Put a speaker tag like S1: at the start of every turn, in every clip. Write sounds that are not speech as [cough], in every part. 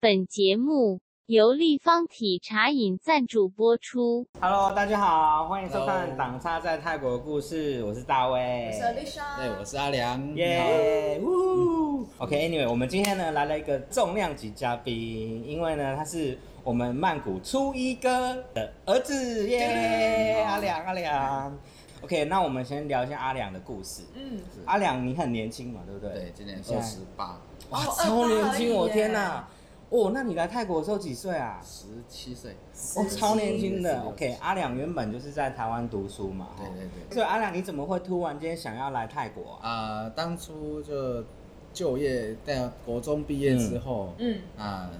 S1: 本节目由立方体茶饮赞助播出。
S2: Hello，大家好，欢迎收看《
S3: Hello
S2: 党差在泰国的故事》，我是大卫
S4: 我。是 Alicia，
S3: 对，我是阿良。
S2: 耶！呜！OK，Anyway，、我们今天呢来了一个重量级嘉宾，因为呢他是我们曼谷初一哥的儿子耶，阿良阿良。OK，那我们先聊一下阿良的故事。
S4: 嗯，
S2: 阿良，你很年轻嘛，对不对？
S3: 对，今年
S2: 现
S3: 二
S2: 在
S3: 十八，
S2: 哇，
S4: 哦
S2: 超年
S4: 28而已
S2: 轻！
S4: 耶
S2: 我天哪！哦，那你来泰国的时候几岁啊？
S3: 十七岁。
S2: 哦，超年轻的。
S3: 16
S2: OK，阿良原本就是在台湾读书嘛，哦
S3: 对对对。
S2: 所以阿良，你怎么会突然间想要来泰国啊？
S3: 啊、当初就就业，在国中毕业之后，
S4: 嗯，
S3: 啊、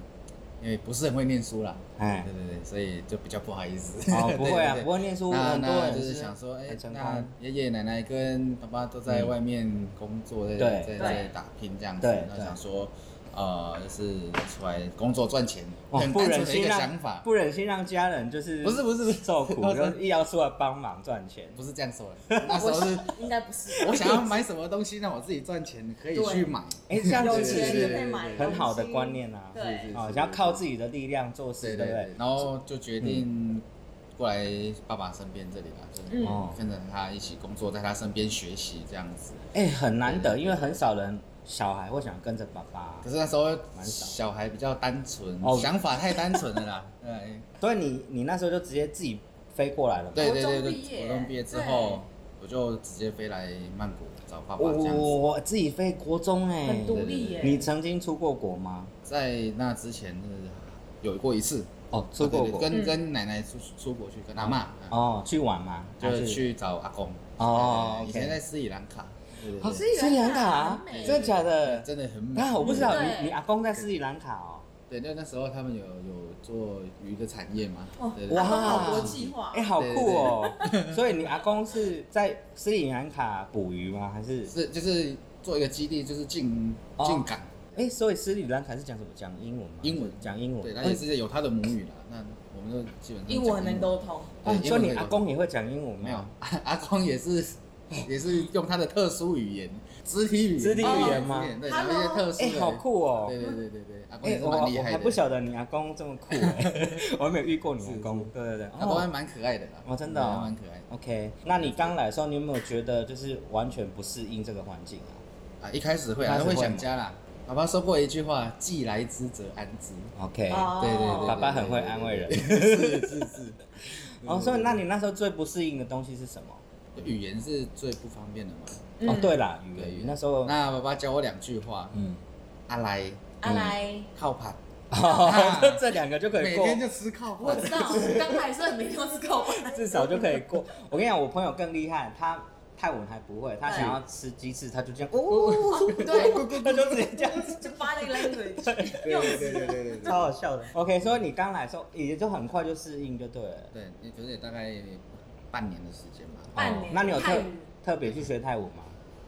S3: 因为不是很会念书啦，
S2: 哎
S3: 对对对，所以就比较不好意思。，
S2: 哦，不会啊
S3: [laughs] 对对对
S2: 不会念书，
S3: 那
S2: 很多
S3: 那
S2: 人
S3: 就是想说，哎、
S2: 很成
S3: 那
S2: 功。
S3: 爷爷奶奶跟爸爸都在
S2: 嗯
S3: 外面工作，在
S2: 对
S3: 在
S4: 对
S3: 在打拼这样子
S2: 对，
S3: 那
S2: 对
S3: 想说，呃，就是出来工作赚钱，
S2: 哇
S3: 很
S2: 哦不
S3: 单纯
S2: 忍
S3: 的一
S2: 心啊
S3: 个
S2: 让
S3: 想法，
S2: 不忍心让家人就是
S3: 不是不是不是
S2: 受
S3: [laughs]
S2: 苦，
S3: 不是
S2: 就硬要出来帮忙赚钱。
S3: 不是这样说的，
S2: [laughs]
S3: 那时候是。
S4: 应该不是。
S3: 我想要买什么东西，让我自己赚钱可以去买。
S2: 哎，这样
S4: [laughs] 有
S2: 子是不
S4: 钱就可以
S2: 是
S4: 买东西
S2: 很好的观念啊？
S4: 对
S3: 是是是
S2: 啊，想要靠自己的力量做
S3: 对
S2: 事，
S3: 对
S2: 不
S3: 对
S2: 对？。
S3: 然后就决定过来爸爸身边这里啦，就是
S4: 嗯
S2: 哦，
S3: 跟着他一起工作，在他身边学习这样子。
S2: 哎，很难
S3: 对
S2: 得，
S3: 对
S2: 因为很少人小孩会想跟着爸爸
S3: 可，是那时候
S2: 蛮少
S3: 小孩比较单纯
S2: 哦，
S3: 想法太单纯了
S2: [laughs]
S3: 啦。对
S2: 所以你你那时候就直接自己飞过来了吗。
S3: 对对对
S4: 国中毕
S3: 对，
S4: 业
S3: 国中毕业之后，我就直接飞来曼谷找爸爸
S2: 我
S3: 这样子。
S2: 我自己飞国中哎，
S4: 很独立耶。
S2: 你曾经出过国吗？
S3: 在那之前是有过一次，
S2: 哦，出过
S3: 对对
S2: 国，
S3: 跟
S4: 嗯
S3: 跟奶奶出出国去，跟阿啊妈。
S2: 哦，去玩吗？还
S3: 就是去找阿公。
S2: 哦
S3: 对以
S2: OK
S3: 前在斯里兰卡。对对
S2: 哦
S3: 对
S4: 斯里兰卡
S2: 斯里兰卡
S4: 很，美
S2: 真的假的？
S3: 真的很美。
S2: 啊，我不知道，
S4: 对
S2: 你你阿公在斯里兰卡哦。
S3: 对，那那时候他们有有做鱼的产业嘛？
S4: 哦
S3: 对，对
S2: 哇
S4: 哇，好国际化
S2: 哎，，好酷哦！
S3: [laughs]
S2: 所以你阿公是在斯里兰卡捕鱼吗？还是
S3: 对？是就是做一个基地，就是进
S2: 哦
S3: 进港，
S2: 哎，所以斯里兰卡是讲什么？讲英文吗？
S3: 英文
S2: 讲英文。
S3: 对，那也是有他的母语啦。那我们就基本上讲
S4: 英文能沟通。
S2: 哦。哦，
S3: 对英文
S2: 所以你
S3: 可以
S2: 阿
S3: 沟通
S2: 公也哦会讲英文吗
S3: 没有？阿阿公也是也是用他的特殊语言，肢体语言，
S2: 肢体
S4: 语
S2: 言吗
S3: 肢体对，讲一些特殊
S2: 哎，
S3: 的，
S2: 好酷哦！
S3: 对对对对对，阿公也
S2: 哎，
S3: 是
S2: 我
S3: 蛮厉
S2: 我
S3: 害
S2: 还
S3: 的，
S2: 不晓得你阿公这么酷哎，
S3: [laughs]
S2: 我还没有遇过你阿
S3: 是
S2: 公。对对对，
S3: 阿公还
S2: 哦
S3: 蛮可爱的啦。
S2: 哦真的哦
S3: 对还蛮可爱的。
S2: ，OK。那你刚来的时候，你有没有觉得就是完全不适应这个环境啊？
S3: 啊，一开始会啊，
S2: 一开始会
S3: 会想家啦。爸爸说过一句话：“既来之则安之。
S2: OK，
S4: 哦
S3: 对”对对对，
S2: 爸爸很会安慰人
S3: 对。对对是是是。
S2: 哦，
S3: 嗯
S2: 所以那你那时候最不适应的东西是什么？
S3: 语言是最不方便的嘛？
S4: 嗯
S2: 哦，对，啦，语
S3: 对
S2: 言那时候，
S3: 那爸爸教我两句话：
S2: 嗯，
S3: 阿来
S4: 阿啊来，
S3: 靠盘，
S2: [laughs] 哦，这这两个就可以
S3: 嗯每
S2: 过，
S3: 天就吃靠
S4: 我
S3: 盘。
S4: 知道，刚开始每天都是口吻。
S2: 至少就可以过。我跟你讲，我朋友更厉害，他泰文还不会，他想要吃鸡翅，他就这样，哦，
S3: [laughs]
S4: 哦
S2: [laughs]
S4: 对，
S2: 他就直接这样，
S4: 就 body
S2: [laughs]
S4: language，
S3: 对
S4: 用
S3: 对对
S4: 词
S3: 对对对对
S2: 超好笑的。OK，所以你刚来的时候也就很快就适应就对了。
S3: 对，也就是也大概半年的时间吧。
S4: 半
S2: 哦
S4: 年
S2: 那你有
S4: 泰
S2: 特
S4: 语
S2: 特别去学泰文吗？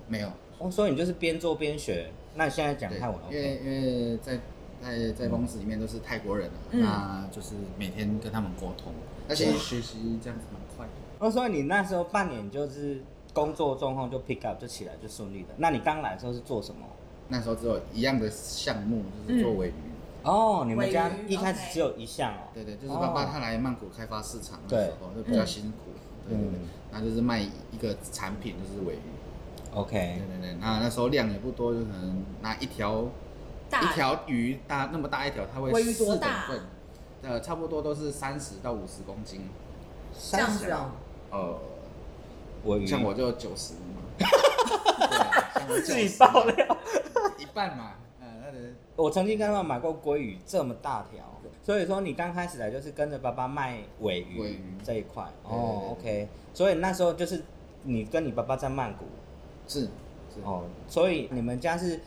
S3: 没有，
S2: 哦，所以你就是边做边学。那你现在讲
S3: 对
S2: 泰文
S3: 因
S2: OK？嗯
S3: 为因为在在在公司里面都是泰国人啊，
S4: 嗯
S3: 那就是每天跟他们沟通，而且学习这样子蛮快的。
S2: 哦，所以你那时候半年就是工作状况就 pick up 就起来就顺利的。那你刚来的时候是做什么？
S3: 那时候只有一样的项目，
S2: 嗯
S3: 就是做尾鱼。
S2: 哦，你们家
S4: 尾鱼
S2: 一开始
S4: OK
S2: 只有一项哦。
S3: 对对，就是爸爸
S2: 哦
S3: 他来曼谷开发市场
S2: 对
S3: 的时候，就比较辛苦。对对对
S2: 嗯，
S3: 那就是卖一个产品，就是尾鱼。对
S2: OK，
S3: 对对，那那时候量也不多，就可能拿一条
S4: 大
S3: 一条鱼大那么大一条，它会
S4: 尾鱼多
S3: 四等
S4: 大
S3: 份，呃，差不多都是三十到五十公斤。
S4: 这样子哦，
S3: 呃，
S2: 我鱼
S3: 嗯像我就九十嘛，
S2: [laughs]
S3: 对像我
S2: 自己
S3: 90
S2: 爆料。
S3: 一半嘛，嗯，那得
S2: 我曾经看到买过鲑鱼这么大条，所以说你刚开始来就是跟着爸爸卖尾
S3: 尾
S2: 鱼
S3: 鱼
S2: 这一块。
S3: 对对
S2: 哦
S3: 对
S2: ，OK，所以那时候就是你跟你爸爸在曼谷
S3: 是是
S2: 哦，所以你们家是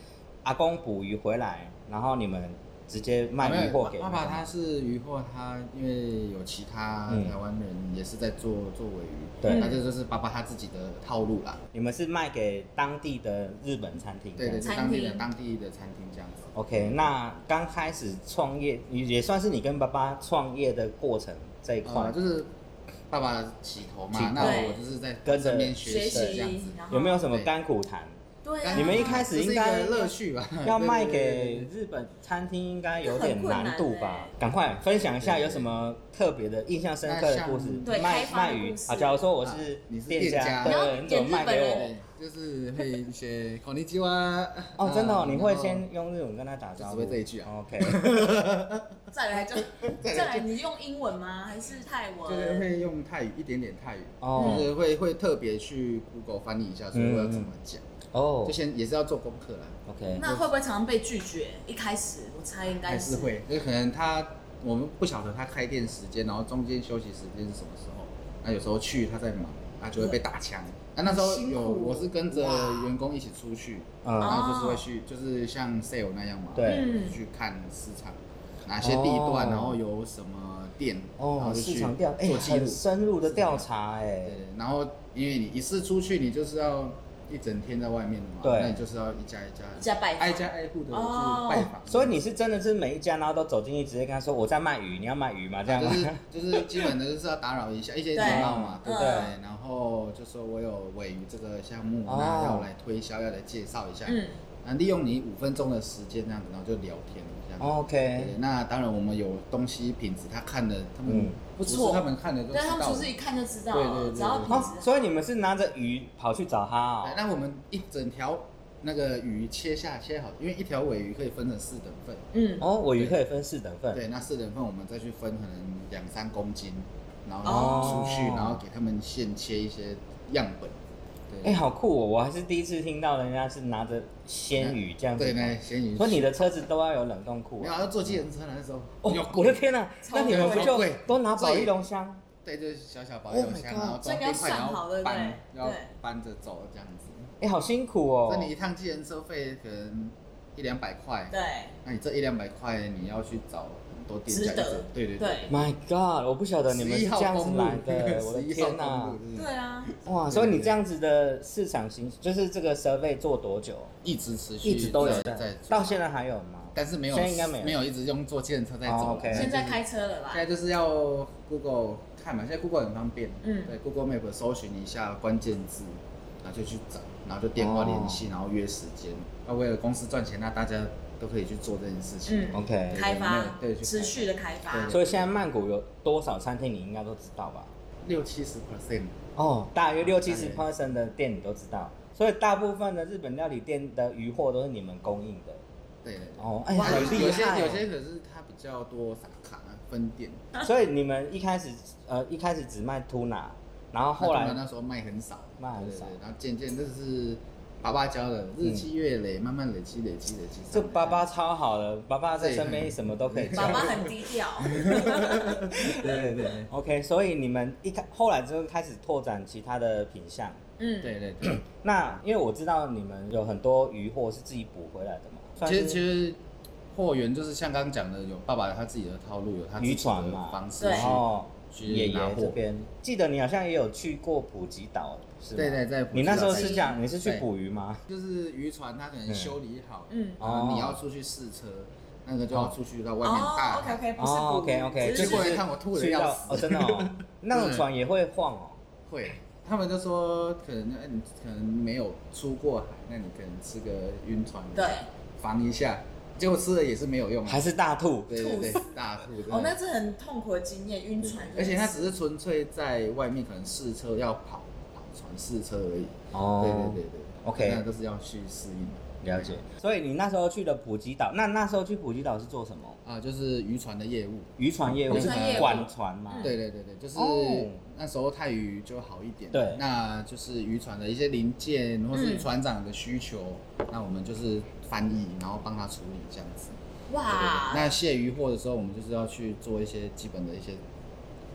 S2: 阿公捕鱼回来，然后你们直接卖鱼货给
S3: 啊爸爸，他是鱼货，他因为有其他
S2: 嗯
S3: 台湾人也是在做做尾鱼，
S2: 对嗯
S3: 那这就是爸爸他自己的套路啦。
S2: 你们是卖给当地的日本餐厅这
S3: 对
S2: 样
S3: 对，
S2: 子。
S3: 就当地的
S4: 餐厅
S3: 当地的餐厅这样子。
S2: OK，那刚开始创业也也算是你跟爸爸创业的过程这一块
S3: 呃，，就是爸爸起头
S2: 起
S3: 嘛
S2: 头，
S3: 那我就是在
S2: 跟着
S3: 身边学
S4: 学
S3: 习这样
S4: 习
S3: 子。，
S4: 然后
S2: 有没有什么
S3: 对
S2: 甘苦谈？
S4: 对啊，
S2: 你们一开始
S3: 只是一
S2: 应该
S3: 个乐趣吧，
S2: 要
S3: 对嗯
S2: 卖
S3: 对
S2: 给
S3: 对
S2: 日本餐厅应该有
S4: 这很
S2: 点
S4: 困难
S2: 难度吧？赶快分享一下有什么特别的、印象深刻的故事
S3: 那像。
S4: 对
S2: 卖
S4: 开发
S2: 卖
S4: 的
S2: 鱼
S4: 故事
S2: 啊，假如说我是
S3: 啊你是
S2: 店
S3: 店家
S2: 对
S4: 你要
S2: 对，你怎么
S4: 演
S2: 卖
S4: 日本
S2: 给
S4: 人
S2: 我？
S3: 对，就是会写口令机哇。
S4: [laughs]
S2: 哦，真的哦，
S3: 啊
S2: 你会
S3: 然后
S2: 先用日文跟他打招呼，
S3: 就只会这一句啊
S2: OK，
S4: 再
S2: [laughs]
S4: 来就再来，你用英文吗？还是泰
S3: 就是
S4: 文？
S3: 会用泰语一点点泰语，
S2: 哦
S3: [laughs] 就是会会特别去 Google 翻译一下，说我要怎么讲，
S2: 哦
S3: 就先也是要做功课啦，
S2: ，OK，
S4: 那会不会常常被拒绝？一开始我猜应该
S3: 还是会，就可能他我们不晓得他开店时间，然后中间休息时间是什么时候，那有时候去他在忙，啊就会被打枪。那那时候
S4: 辛苦
S3: 有我是跟着
S4: 哇
S3: 员工一起出去，
S2: 嗯
S3: 然
S4: 哦
S3: 后就是会去就是像 sale 那样嘛，
S2: 对
S4: 嗯
S3: 去看市场哪些地
S2: 哦
S3: 段，然后有什么店，然
S2: 哦
S3: 后，就
S2: 市
S3: 去
S2: 场调哎，
S3: 做记录
S2: 很。深入的调查哎
S3: 对，，然后因为你一次出去，你就是要一整天在外面的嘛，
S2: 对
S3: 那你就是要一家一家
S4: 一家拜访
S3: 挨家挨户的去
S4: 哦
S3: 拜访。
S2: 所以你是真的是每一家，然后都走进去，直接跟他说我在卖鱼，你要卖鱼吗？这样
S3: 就
S2: 吗？
S3: 是就是基本的就是要打扰一下一些礼貌嘛，
S4: 对
S3: 对不对
S2: 嗯？
S3: 然后就说我有尾鱼这个项目，
S2: 哦
S3: 那要来推销，要来介绍一下，
S4: 嗯，
S3: 那利用你五分钟的时间这样子，然后就聊天这样。
S2: 哦
S3: 对
S2: OK，
S3: 那当然，我们有东西品质，他看的，他们
S2: 嗯
S4: 不错
S3: 厨师他们看的就知
S4: 但他们
S3: 道
S4: 厨
S3: 了
S4: 师一看就知
S3: 对对
S4: 道，
S3: 对
S4: 只要
S3: 对
S2: 哦
S4: 品，质
S2: 所以你们是拿着鱼跑去找他哦
S3: 哎，那我们一整条那个鱼切下切好，因为一条尾鱼可以分成四等份。
S4: 嗯，
S2: 哦，尾鱼可以分四等份，
S3: 对，那四等份我们再去分，可能两三公斤，然
S2: 哦
S3: 后出去，然后给他们现切一些样本。
S2: 哎、
S3: 对，
S2: 好酷哦！我还是第一次听到人家是拿着鲜鱼这样子。
S3: 对，那咸鱼。
S2: 所以你的车子都要有冷冻库、
S3: 没有
S2: 啊。
S3: 要坐计程车那时候，
S2: 哦
S3: 有，
S2: 我的天哪、
S4: 超
S2: 那你们不就
S3: 超贵
S2: 都拿保利龙箱？
S3: 对，就是小小保养
S2: Oh my
S3: 箱，
S2: god
S3: 然后装
S4: 所以你要
S3: 冰块，然
S4: 上好
S3: 后
S4: 对不对
S3: 搬，要
S4: 对
S3: 搬着走这样子。
S2: 哎、好辛苦哦
S3: 那。你一趟计程车费可能一两百块，
S4: 对，
S3: 那你这一两百块你要去找很多店
S4: 值
S3: 家，一
S4: 得
S3: 直，对对
S4: 对
S2: My God，我不晓得你们是
S3: 11号
S2: 这样子
S3: 公路
S2: 来的，我的
S3: 11
S2: 天哪、
S3: 号公路
S4: 对啊，
S2: 哇，所以你这样子的市场型，就是这个 survey 做多久？
S3: 一直持续
S2: 一直都有
S3: 在在
S2: 在，
S3: 做
S2: 到现在还有吗？
S3: 但是没有，
S2: 现在应该没有
S3: 一直用坐计程车在
S2: 哦
S3: 走。
S2: ，OK 对
S4: 现在
S3: 就是
S4: 开车了
S3: 现在
S4: 啦，
S3: 就是要 Google 看嘛，现在 Google 很方便，
S4: 嗯
S3: 对，Google Map 搜寻一下关键字，然后就去找，然后就电话联
S2: 哦
S3: 系，然后约时间。那为了公司赚钱，那大家都可以去做这件事情。
S4: 嗯
S2: OK，
S4: 开
S3: 对
S4: 发
S3: 对去开发
S4: 持续的开发
S3: 对，
S2: 所以现在曼谷有多少餐厅，你应该都知道吧？
S3: 六七十 percent，
S2: 哦，大约六七十
S3: 大
S2: percent 的店你都知道，所以大部分的日本料理店的鱼货都是你们供应的。
S3: 对。
S2: 哦，哎、
S3: 哇
S2: 很厉
S3: 有些
S2: 害哦。
S3: 有些可是它比较多打卡啊分店，
S2: 所以你们一开始呃一开始只卖 tuna，然后后
S3: 那
S2: 来
S3: 当然那时候卖很少，
S2: 卖很少嗯
S3: 对对对然后渐渐这是爸爸教的，日积月累，慢慢累积累积累积。
S2: 这爸爸超好的，爸爸在身边什么都可以
S4: 爸
S2: 教。
S4: 爸很低调，
S3: 对对对对
S2: OK，所以你们一开后来就开始拓展其他的品相。
S4: 嗯，
S3: [laughs] 对对对。
S2: 那因为我知道你们有很多鱼货是自己捕回来的嘛，算
S3: 其实
S2: 是
S3: 其实货源就是像刚刚讲的，有爸爸他自己的套路，有他自己
S2: 渔船
S3: 的
S2: 嘛
S3: 方式
S4: 对
S2: 然
S3: 去。
S2: 后
S3: 去
S2: 爷
S3: 拿
S2: 爷
S3: 货
S2: 这边，记得你好像也有去过普吉岛，是吗？
S3: 对对在普
S2: 你
S3: 吉岛
S2: 那时候是这样，
S4: 对
S2: 你是去捕鱼
S3: [laughs]
S2: 吗？
S3: 就是渔船，它可能修理好，
S4: 嗯
S3: 然
S2: 哦
S3: 后你要出去试车，那个就要出去到外面
S4: 哦
S3: 大
S4: ，OK
S3: 海。
S4: OK，不是
S2: 哦，OK
S4: 捕
S2: OK，
S4: 鱼只
S3: 结
S4: 是
S3: 果你看我吐得要死嗯
S2: 哦，真的
S3: [laughs]
S2: 哦，那种船也会晃哦。
S3: 会，他们就说可能哎你可能没有出过海，那你可能吃个晕船，
S4: 对，
S3: 防一下。结果吃了也是没有用啊，
S2: 还是大兔，
S3: 对对对，大吐。真的
S4: 哦，那是很痛苦的经验，晕船，
S3: 而且他只是纯粹在外面可能试车要跑跑船试车而已。
S2: 哦
S3: 对对对对
S2: OK
S3: 那都是要去适应的。
S2: 了解。所以你那时候去了普吉岛，那那时候去普吉岛是做什么？
S3: 啊，就是渔船的业务。
S2: 渔船业务
S3: 渔
S2: 是
S3: 船业务
S2: 管船嘛？
S3: 对对对对，就是
S2: 哦
S3: 那时候泰语就好一点。
S2: 对嗯
S3: 那就是渔船的一些零件或是船长的需求，那我们就是翻译，然后帮他处理这样子。
S2: 啊
S3: 对对
S4: 哇
S3: 对，那卸渔获的时候，我们就是要去做一些基本的一些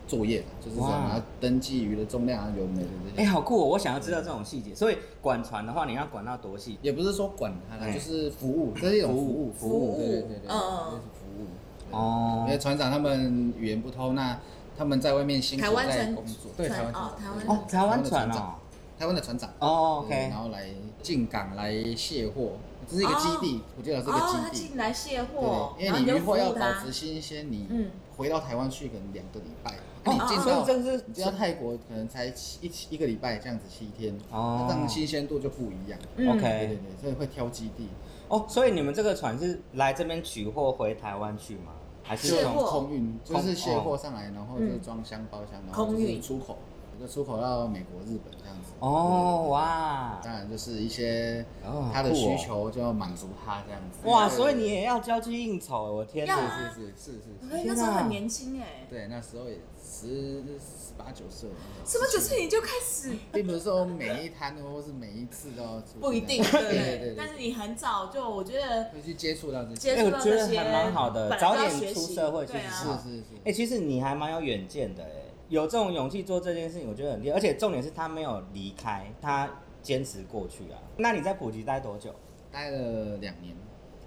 S3: 作业，就是什
S2: 哇
S3: 么要登记鱼的重量啊、油没的这
S2: 哎，
S3: 些。
S2: 好酷哦！我想要知道这种细节。所以管船的话，你要管到多细？
S3: 也不是说管它啦，
S2: 哎
S3: 就是服务，这是一种服务，
S2: 服
S4: 务
S3: 对对对
S4: 服务
S3: 对，
S4: 嗯
S3: 这是服务。对
S2: 哦
S3: 因为船长他们语言不通，那他们在外面辛苦
S4: 台湾
S3: 在
S4: 船
S3: 工作，对台
S4: 船
S3: 湾
S4: 哦
S3: 船
S4: 台湾
S2: 哦，台湾船
S3: 船嗯
S2: 哦
S3: 长，，台湾的船长，
S2: 哦
S3: 对
S2: ，OK，
S3: 然后来进港来卸货，这是一个基地，我记得是一
S4: 哦，
S3: 个
S4: 他
S3: 基地
S4: 进。来卸货，
S3: 对，因为
S4: 然后
S3: 你
S4: 就
S3: 渔
S4: 服
S3: 获要
S4: 务
S3: 保
S4: 他
S3: 持。新鲜，你
S4: 嗯
S3: 回到台湾去可能两个礼拜，
S2: 哦
S3: 你进
S4: 哦
S2: 所
S3: 到
S2: 以真是
S3: 你进到泰国可能才七一一个礼拜这样子七天，
S2: 哦
S3: 那这样新鲜度就不一样。
S4: 嗯
S2: OK
S3: 对对对，所以会挑基地，
S2: 哦，所以你们这个船是来这边取货回台湾去吗？还是
S3: 就是
S4: 卸
S3: 从
S4: 货哦嗯
S3: 空运，
S2: 空
S3: 就是卸货上来，然后就是装箱包箱，然后
S4: 空
S3: 就
S4: 运
S3: 是出口，就出口到美国、日本这样子。
S2: 哦
S3: 对，
S2: 哇
S3: 对对当然就是一些
S2: 哦
S3: 他的
S2: 酷哦
S3: 需求就要满足他这样子。
S2: 哇，
S3: 对
S2: 所以你也要交际应酬，我天
S4: 要
S2: 哪！
S4: 啊
S3: 是是是是是
S4: 我
S3: 是。
S4: 那时候很年轻哎，
S3: 对，那时候也十十八九岁，
S4: 什么九岁你就开始
S3: 并不是说每一摊或是每一次都要出现
S4: 不一定，
S3: 对
S4: 对不
S3: 对
S4: 对
S3: 对？，
S4: 但是你很早就，我觉得
S3: 会去接触到这些，
S4: 接
S2: 哎，
S4: 触
S2: 我
S4: 到
S2: 觉
S4: 这
S2: 得
S4: 些
S2: 还蛮好的，
S4: 本来
S2: 早
S4: 就要
S2: 点
S4: 学
S2: 出
S4: 习
S2: 社会其
S4: 对
S2: 实
S4: 啊
S2: 是
S3: 是
S2: 好。
S3: 是是，
S2: 哎、其实你还蛮有远见的哎，有这种勇气做这件事情，我觉得很厉害。而且重点是他没有离开，他坚持过去啊。那你在普吉待多久？
S3: 待了两年，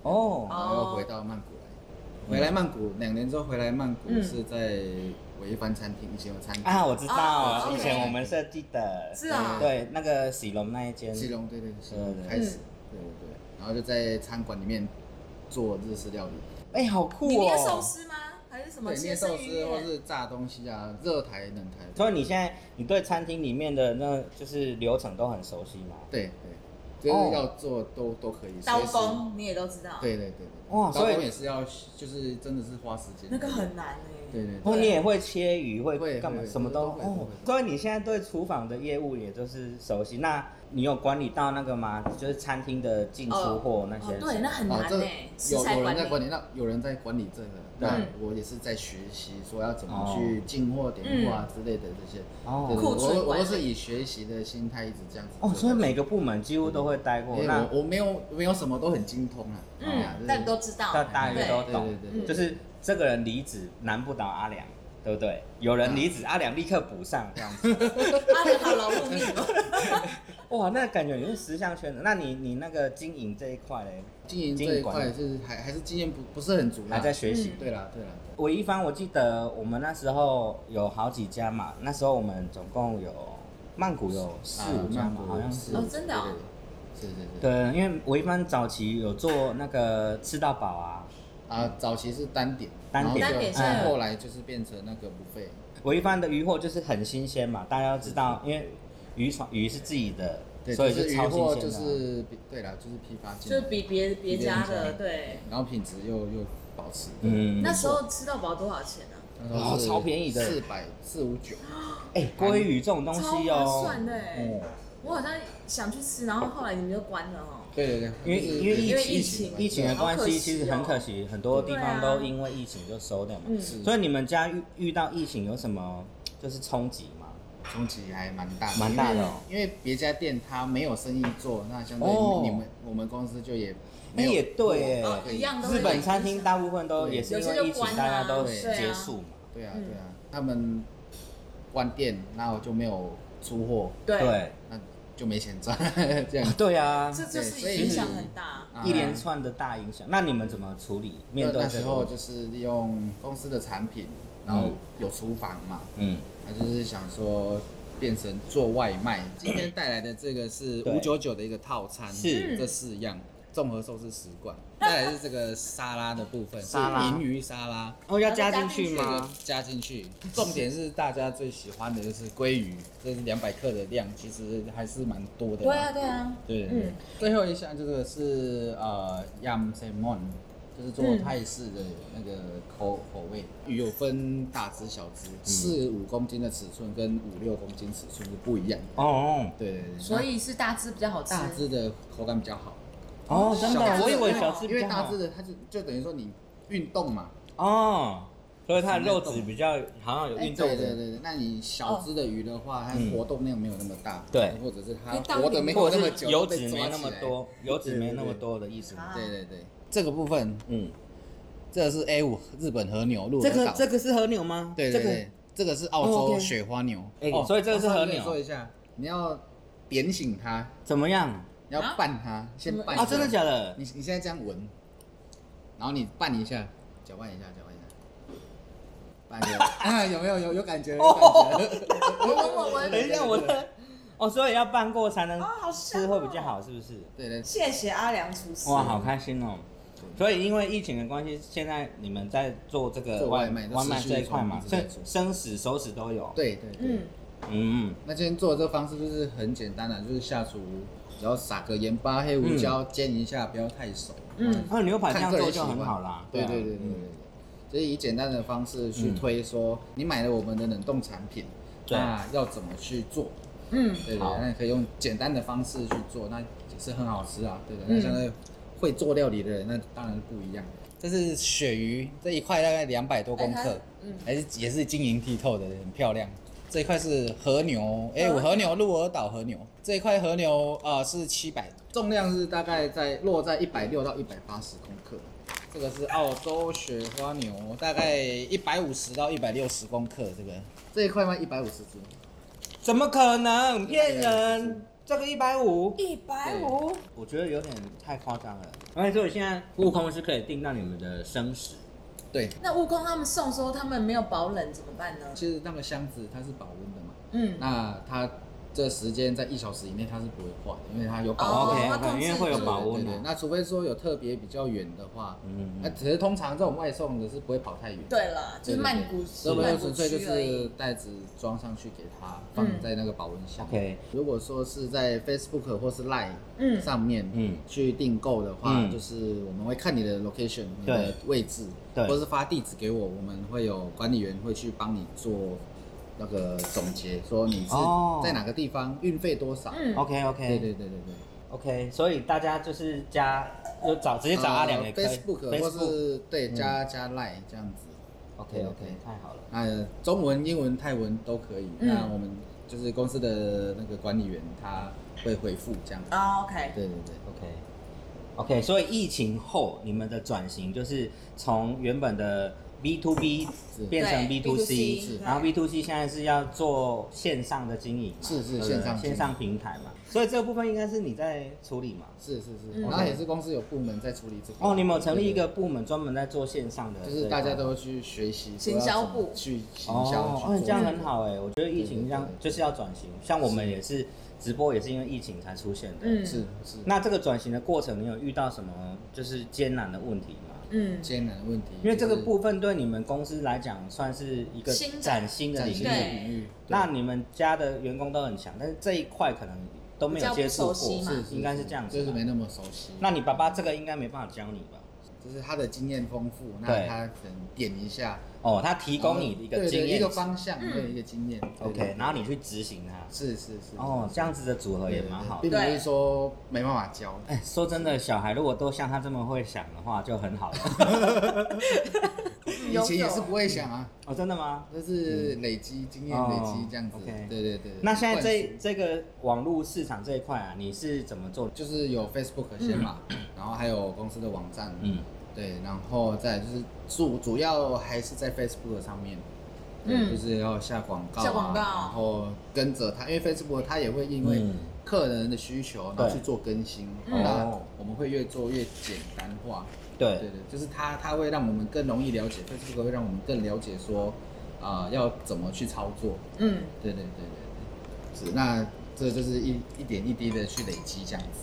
S2: 哦，
S3: 然后又回到曼谷来，回来曼谷两年之后回来曼谷
S4: 嗯
S3: 是在我一番餐厅，以前有餐厅
S2: 啊，我知道，
S4: 哦
S2: 以
S4: OK
S2: 前我们设计的，
S4: 是啊
S2: 对，那个喜隆那一间，
S3: 西隆对对西隆
S2: 嗯
S3: 开始，对对对，然后就在餐馆里面做日式料理，
S2: 哎、好酷
S4: 你
S2: 哦、
S4: 念寿司吗？还是什么
S3: 嗯对
S4: 切
S3: 面寿
S4: 生鱼
S3: 司或
S4: 面？
S3: 是炸东西啊，热台冷台，
S2: 所以你现在你对餐厅里面的那就是流程都很熟悉吗？
S3: 对对，就
S2: 哦
S3: 是要做都都可以，
S4: 刀
S3: 随时
S4: 工你也都知道，
S3: 对对对对，
S2: 哇
S3: 哇，
S2: 所以
S3: 也是要就是真的是花时间，
S4: 那个很难哎。
S3: 对对对
S2: 哦，你也会切鱼，会
S3: 会
S2: 干嘛？
S3: 会
S2: 什么
S3: 都
S2: 都
S3: 会
S2: 哦
S3: 都会。
S2: 所以你现在对厨房的业务也就是熟悉。那你有管理到那个吗？就是餐厅的进出货那些
S4: 哦
S2: 人？，
S4: 对，那很
S3: 哦
S4: 难
S3: 这个
S4: 哎，食
S3: 有
S4: 材
S3: 有人在
S4: 管
S3: 管
S4: 理。嗯
S3: 理，那有人在管理这个，那
S2: 对
S3: 我也是在学习说要怎
S2: 哦
S3: 么去进货、点货啊之类的这些。对
S2: 哦
S3: 对
S4: 嗯库存
S3: 我我
S4: 管理
S3: 都是以学习的心态一直这样子做
S2: 哦，
S3: 下去。
S2: 所以每个部门几乎都会待过。
S3: 因为
S2: 那
S3: 我我没有没有什么都很精通啊，哎呀
S4: 嗯，但你都知道
S2: 大，大约都
S3: 对
S2: 懂
S3: 对对对，
S4: 嗯
S2: 就是这个人离职难不倒阿良，对不对？有人离
S3: 啊
S2: 职，阿良立刻补上这样子。
S4: 阿良啊好劳碌命哦。
S2: 哇，那感觉你是十项全能。那你你那个经营这一块嘞，
S3: [laughs] 经营这一块是还还是经验不不是很足啦，
S2: 还在学习
S4: 嗯。
S3: 对啦对啦，
S2: 我一方，我记得我们那时候有好几家嘛，那时候我们总共有曼谷有四
S3: 啊
S2: 五家
S3: 曼
S2: 嘛，
S3: 谷
S2: 好像
S3: 是
S2: 是。
S4: 哦真的哦，
S3: 对对对是是是。
S2: 对，因为我一般早期有做那个吃到饱啊，
S3: 啊，早期是单点，
S2: 单点
S3: 然后就
S4: 单点
S3: 嗯
S4: 现在有
S3: 后来就是变成那个不费，
S2: 我一般的鱼货就是很新鲜嘛，大家都知道，因为鱼船鱼是自己的，
S3: 对，
S2: 所以
S3: 就是鱼
S2: 超
S3: 货就
S2: 新鲜的啊、
S3: 是比对啦，就是批发进
S4: 就
S3: 来，
S4: 是比别别家
S3: 别
S4: 的
S3: 人家嗯
S4: 对。
S3: 然后品质又又保持，
S2: 嗯，
S4: 那时候吃到饱多少钱啊呢？
S2: 哦超便宜的
S3: 四百四五九，
S2: 哎，鲑鱼这种东
S4: 超
S2: 西
S4: 划
S2: 哦，
S4: 算的哎。
S3: 哦，
S4: 我好像想去吃，然后后来你们就关了哦。
S3: 对对对，
S2: 因为
S3: 就是
S2: 因为疫
S4: 因为
S2: 情
S4: 疫情
S2: 疫情的关
S4: 好可
S2: 系，
S4: 惜哦
S2: 其实很可惜，很多地方
S4: 对啊
S2: 都因为疫情就收掉嘛。
S4: 嗯，
S3: 是
S2: 所以你们家遇遇到疫情有什么就是冲击吗？
S3: 冲击还蛮大，
S2: 蛮大的哦
S3: 因为，因为别家店它没有生意做，那相对
S2: 哦
S3: 于你们我们公司就也没有
S2: 哎也对耶
S4: 哦一样都会
S2: 日本餐厅大部分都
S3: 对
S2: 也是
S4: 有
S2: 因
S4: 些
S2: 为
S4: 就
S2: 疫情
S4: 关，啊
S2: 大家都
S3: 对
S2: 结束嘛。
S3: 对啊
S4: 嗯
S3: 对啊，他们关店，那我就没有出货，
S4: 对，
S2: 对，
S3: 那就没钱赚，这样
S2: 啊对啊，
S4: 这就
S3: 对所
S4: 是
S3: 以
S4: 影响很大。
S3: 啊
S2: 一连串的大影响。那你们怎么处理？面对
S3: 那
S2: 这
S3: 时
S2: 个
S3: 候
S2: 问题？
S3: 就是利用公司的产品，然后有厨房嘛，
S2: 嗯，
S3: 那就是想说变成做外卖。今天带来的这个是
S2: 对
S3: 五九九的一个套餐，
S2: 是
S3: 这四样。综合寿司十罐，再来是这个沙拉的部分，是
S2: 沙拉
S3: 银鱼沙拉，
S2: 哦，要
S4: 加
S2: 加
S4: 进
S2: 进
S4: 去
S2: 去
S3: 这个
S2: 吗？
S3: 加进去。重点是大家最喜欢的就是鲑鱼，这是两百克的量，其实还是蛮多的嘛。
S4: 对啊，对啊。
S3: 对，
S4: 嗯
S3: 最后一项这个是呃 yam salmon，就是做泰式的那个口、口味。鱼有分大只小只，四五公斤的尺寸跟五六公斤尺寸是不一样的。
S2: 哦
S3: 对对对，
S4: 所以是大只比较好
S3: 那
S4: 吃。
S3: 大只的口感比较好，
S2: 哦，真
S3: 小
S2: 的，
S3: 只
S2: 我以为
S4: 的
S2: 小吃
S3: 因
S2: 比
S3: 为
S2: 较
S3: 大
S2: 好
S3: 只的它就就等于说你运动嘛，
S2: 哦，所以它的肉质比较好像有运动
S3: 哎对对
S2: 的，
S3: 对对，那你小只的鱼的话，它
S2: 嗯
S3: 活动量没有那么大，
S2: 对
S3: 或者是
S4: 因为
S3: 它
S4: 当
S3: 活的
S4: 你
S3: 没
S2: 或
S3: 有那么
S2: 者是
S3: 久，
S2: 油
S3: 被
S2: 脂
S3: 抓
S2: 没
S3: 起
S2: 那么
S3: 来，
S2: 多，啊油脂没那么
S3: 对对对
S2: 多的意思吗？
S3: 对对对，这个部分
S2: 嗯，
S3: 这是 A 五日本和牛鹿
S2: 这
S3: 儿
S2: 个
S3: 岛
S2: 这个是和牛吗？
S3: 对
S2: 这
S3: 对
S2: 个
S3: 对，这个是澳
S2: 哦，OK
S3: 洲雪花牛，
S2: 哎所以这个是和牛
S3: 我跟你说一下，你要点醒它，
S2: 怎么样？
S3: 你要拌它，先拌一下
S2: 啊，真的假的？
S3: 你你现在这样闻，然后你拌一下，搅拌一下，搅拌一下。
S2: [laughs]
S3: 拌一下啊，有没有有有感觉？有感觉。
S4: 我我我我
S2: 哦 [laughs] 等一下，我的哦，所以要拌过才能
S4: 哦好香
S2: 吃
S4: 哦
S2: 会比较好，是不是？
S3: 对对，
S4: 谢谢阿良厨师。
S2: 哇，好开心哦！所以因为疫情的关系，现在你们在做这个
S3: 做
S2: 外
S3: 外卖
S2: 外卖这一块嘛，
S3: 持续
S2: 生
S3: 在做
S2: 生死熟死都有。，
S3: 对对对。
S4: 嗯，
S2: 嗯，
S3: 那今天做的这个方式就是很简单的、就是下厨，只要撒个盐巴、黑胡
S2: 嗯
S3: 椒、煎一下，不要太熟。
S4: 嗯
S2: 那牛排这
S3: 看
S2: 样
S3: 个人
S2: 做
S3: 喜
S2: 就
S3: 欢
S2: 很好啦。
S3: 对
S2: 啊
S3: 对对对对
S2: 嗯
S3: 对。所以以简单的方式去
S2: 嗯
S3: 推说，你买了我们的冷冻产品，
S2: 对
S3: 那要怎么去做？
S4: 嗯，
S3: 对对，
S2: 好
S3: 那你可以用简单的方式去做，那也是很好吃啊。对的，
S4: 嗯
S3: 那相对会做料理的人，那当然不一样。这是鳕鱼这一块大概两百多公
S4: 哎它
S3: 克，
S4: 嗯
S3: 还是也是晶莹剔透的，很漂亮。这一块是和牛，哎、
S4: 和
S3: 我和牛鹿儿岛和牛这一块和牛啊、呃是七百，重量是大概在落在一百六到一百八十公克。这个是澳洲雪花牛，大概一百五十到一百六十公克，这个这一块卖一百五十只。
S2: 怎么可能骗人？这个一百五，
S4: 一百五，
S2: 我觉得有点太夸张了。而且所以现在悟空是可以订到你们的生食，
S3: 对，
S4: 那悟空他们送说他们没有保冷怎么办呢？
S3: 其实那个箱子它是保温的嘛，
S4: 嗯，
S3: 那它这时间在一小时以内它是不会坏的，因为它有保
S4: 哦
S3: 温。
S2: OK，
S4: 它控制
S2: 因为会有
S3: 对
S2: 保温
S3: 对对对
S2: 的。
S3: 那除非说有特别比较远的话，
S2: 嗯
S3: 那、只是通常这种外送的是不会跑太远。
S4: 对了，就是曼谷，
S3: 所以我
S4: 曼
S3: 们
S4: 谷
S3: 纯粹就
S4: 区而
S3: 是
S4: 已。
S3: 袋子装上去给它放在那个保温箱。
S2: 嗯 OK
S3: 如果说是在 Facebook 或是 Line
S4: 嗯
S3: 上面
S2: 嗯
S3: 去订购的话，
S2: 嗯
S3: 就是我们会看你的 location 你
S2: 对
S3: 的位置，
S2: 对
S3: 或是发地址给我，我们会有管理员会去帮你做那个总结，说你是
S2: 哦
S3: 在哪个地方，运费多少。
S4: 嗯，
S2: ，OK
S3: 对
S2: OK
S3: 对对对对，
S2: OK，所以大家就是加就找直接找阿良也可以嗯
S3: 呃 Facebook 或是对加加 Line 这样子。
S2: OK OK，太好了。
S3: 那中文、英文、泰文都可以。
S4: 嗯
S3: 那我们就是公司的那个管理员，他会回复这样。
S4: 啊，OK，
S3: 对对对，
S2: OK OK，所以疫情后你们的转型就是从原本的 B to B
S3: 是
S2: 变成 B
S4: 对
S2: to
S4: B2C
S2: C，
S4: 是
S2: 然后 B to C 现在是要做线上的经营嘛，
S3: 是是
S2: 对不对
S3: 线上经营
S2: 线上平台嘛，所以这个部分应该是你在处理嘛。
S3: 是是是。
S4: 嗯
S3: 然后也是公司有部门在处理这个。
S2: 哦，你们有成立一
S3: 对
S2: 个部门专门在做线上的
S3: 对
S2: 这
S3: 对
S2: 一
S3: 就
S2: 块，
S3: 是大家都去学习说要
S4: 行销
S3: 怎么
S4: 部
S3: 去行销
S2: 哦，
S3: 去
S2: 哦
S3: 做
S2: 这样很好哎，我觉得疫
S3: 对
S2: 情
S3: 对
S2: 这样
S3: 对
S2: 就
S3: 对
S2: 是要转型，像我们也是直播也是因为疫情才出现的，
S4: 嗯
S3: 是是。
S2: 那这个转型的过程，你有遇到什么就是艰难的问题吗？
S4: 嗯，
S3: 艰难的问题，
S2: 因为这个
S3: 就是
S2: 部分对你们公司来讲算是一个
S4: 新的
S2: 崭新的
S3: 崭
S2: 领域
S3: 新的
S4: 对，
S3: 领域，
S2: 那你们家的员工都很强，但是这一块可能都没有接触过，
S4: 比较不熟悉嘛
S2: 是应该是这样子
S3: 就
S2: 吧。
S3: 是没那么熟悉。
S2: 那你爸爸这个应该没办法教你吧？
S3: 就是他的经验丰富，
S2: 对
S3: 那他可能点一下，
S2: 哦，他提供你一个
S3: 对对
S2: 经
S3: 一
S2: 验
S3: 个方向，
S4: 嗯
S3: 对一个经验。对对
S2: ，OK，
S3: 对
S2: 然后你去执行它。
S3: 是是是。
S2: 哦，这样子的组合也蛮好
S3: 并
S2: 的。
S3: 不是说没办法教。
S4: 嗯
S2: 哎， [laughs] 说真的，小孩如果都像他这么会想的话，就很好了。
S3: [laughs] 以前也是不会想啊，
S2: 哦，真的吗？
S3: 就是累积经验，
S2: 哦
S3: 累积这样子。
S2: OK
S3: 对对对。
S2: 那现在这
S3: 灌
S2: 这个网络市场这一块啊，你是怎么做的？
S3: 输就是有 Facebook 先嘛，然后还有公司的网站，
S2: 嗯，
S3: 对，然后再来就是主主要还是在 Facebook 上面。对
S4: 嗯
S3: 就是要下广告、啊，
S4: 下广告
S3: 然后跟着它，因为 Facebook 它也会因为
S2: 嗯
S3: 客人的需求，然后
S2: 对
S3: 去做更新。
S4: 嗯
S3: 那
S2: 哦
S3: 我们会越做越简单化。
S2: 对
S3: 对对，就是它它会让我们更容易了解 Facebook，会让我们更了解说啊、要怎么去操作。
S4: 嗯，
S3: 对对对对对，是那这就是一一点一滴的去累积这样子。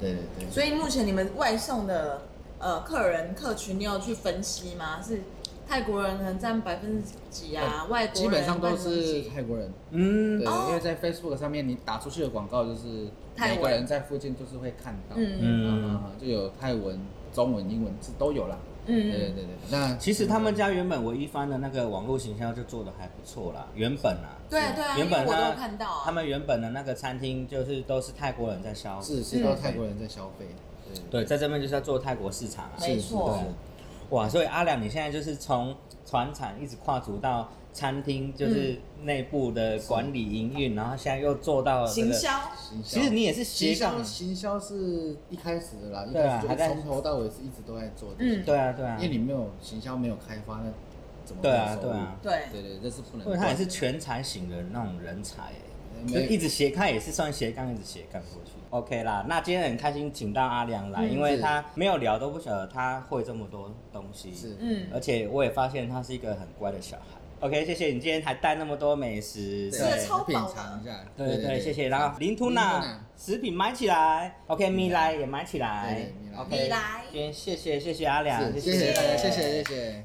S3: 对对对，
S4: 所以目前你们外送的呃客人客群，你有去分析吗？是泰国人可能占百分之几啊？外国人
S3: 基本上都
S4: 占
S3: 是
S4: 几
S3: 泰国人。
S2: 嗯
S3: 对，，
S4: 哦
S3: 因为在 Facebook 上面你打出去的广告就是
S4: 泰
S3: 每
S4: 文
S3: 个人在附近就是会看到，
S4: 嗯
S2: 嗯
S3: 嗯，就有泰文、中文、英文这都有啦。对对
S4: 嗯
S3: 对对，那
S2: 其实他们家原本唯一番的那个网络形象就做的还不错啦，原本啊，
S4: 对对啊，因
S2: 原
S4: 为
S2: 本
S4: 我都有
S2: 他
S4: 看到
S3: 哦
S4: 啊，
S2: 他们原本的那个餐厅就是都是泰国人在消，
S3: 是是到泰国人在消费，对
S2: 对，在这边就是要做泰国市场啊，
S4: 嗯没
S3: 是是
S4: 错
S3: 是
S2: 哇，所以阿良你现在就是从船产一直跨足到餐厅，就是
S3: 嗯
S2: 内部的管理营运，然后现在又做到这
S4: 行
S2: 个，
S4: 销，
S3: 行销
S2: 其实你也是斜
S3: 行销
S2: 杠，
S3: 行销是一开始的啦，一
S2: 对啊
S3: 开始
S2: 还
S3: 就
S2: 在
S3: 从头到尾是一直都在做的，
S4: 嗯
S2: 对啊对啊
S3: 因为，你没有行销没有开发，那怎么会
S2: 对
S3: 有
S2: 啊
S3: 收入
S2: 对啊，
S4: 对，
S3: 对对，这是不能
S2: 因
S3: 断
S2: 为
S3: 的。
S2: 他也是全才型的那种人才、欸。就
S3: 没
S2: 一直斜看也是算斜杠，一直斜杠过去。OK 啦，那今天很开心请到阿良来，
S4: 嗯
S2: 因为
S3: 是
S2: 他没有聊都不晓得他会这么多东西，
S3: 是
S4: 嗯
S2: 而且我也发现他是一个很乖的小孩， OK，谢谢你今天还带那么多美食，
S4: 吃得
S2: 对
S4: 超饱
S3: 品
S4: 的
S3: 尝一下，
S2: 对对对，谢谢。然后林图
S3: 嗯林图
S2: 娜
S3: 纳
S2: 食品买起来，OK，米莱也买起来
S3: 对米莱
S2: ，OK，
S4: 米莱
S2: 啊今天谢谢谢谢阿良，
S3: 是谢谢大家，谢谢谢谢。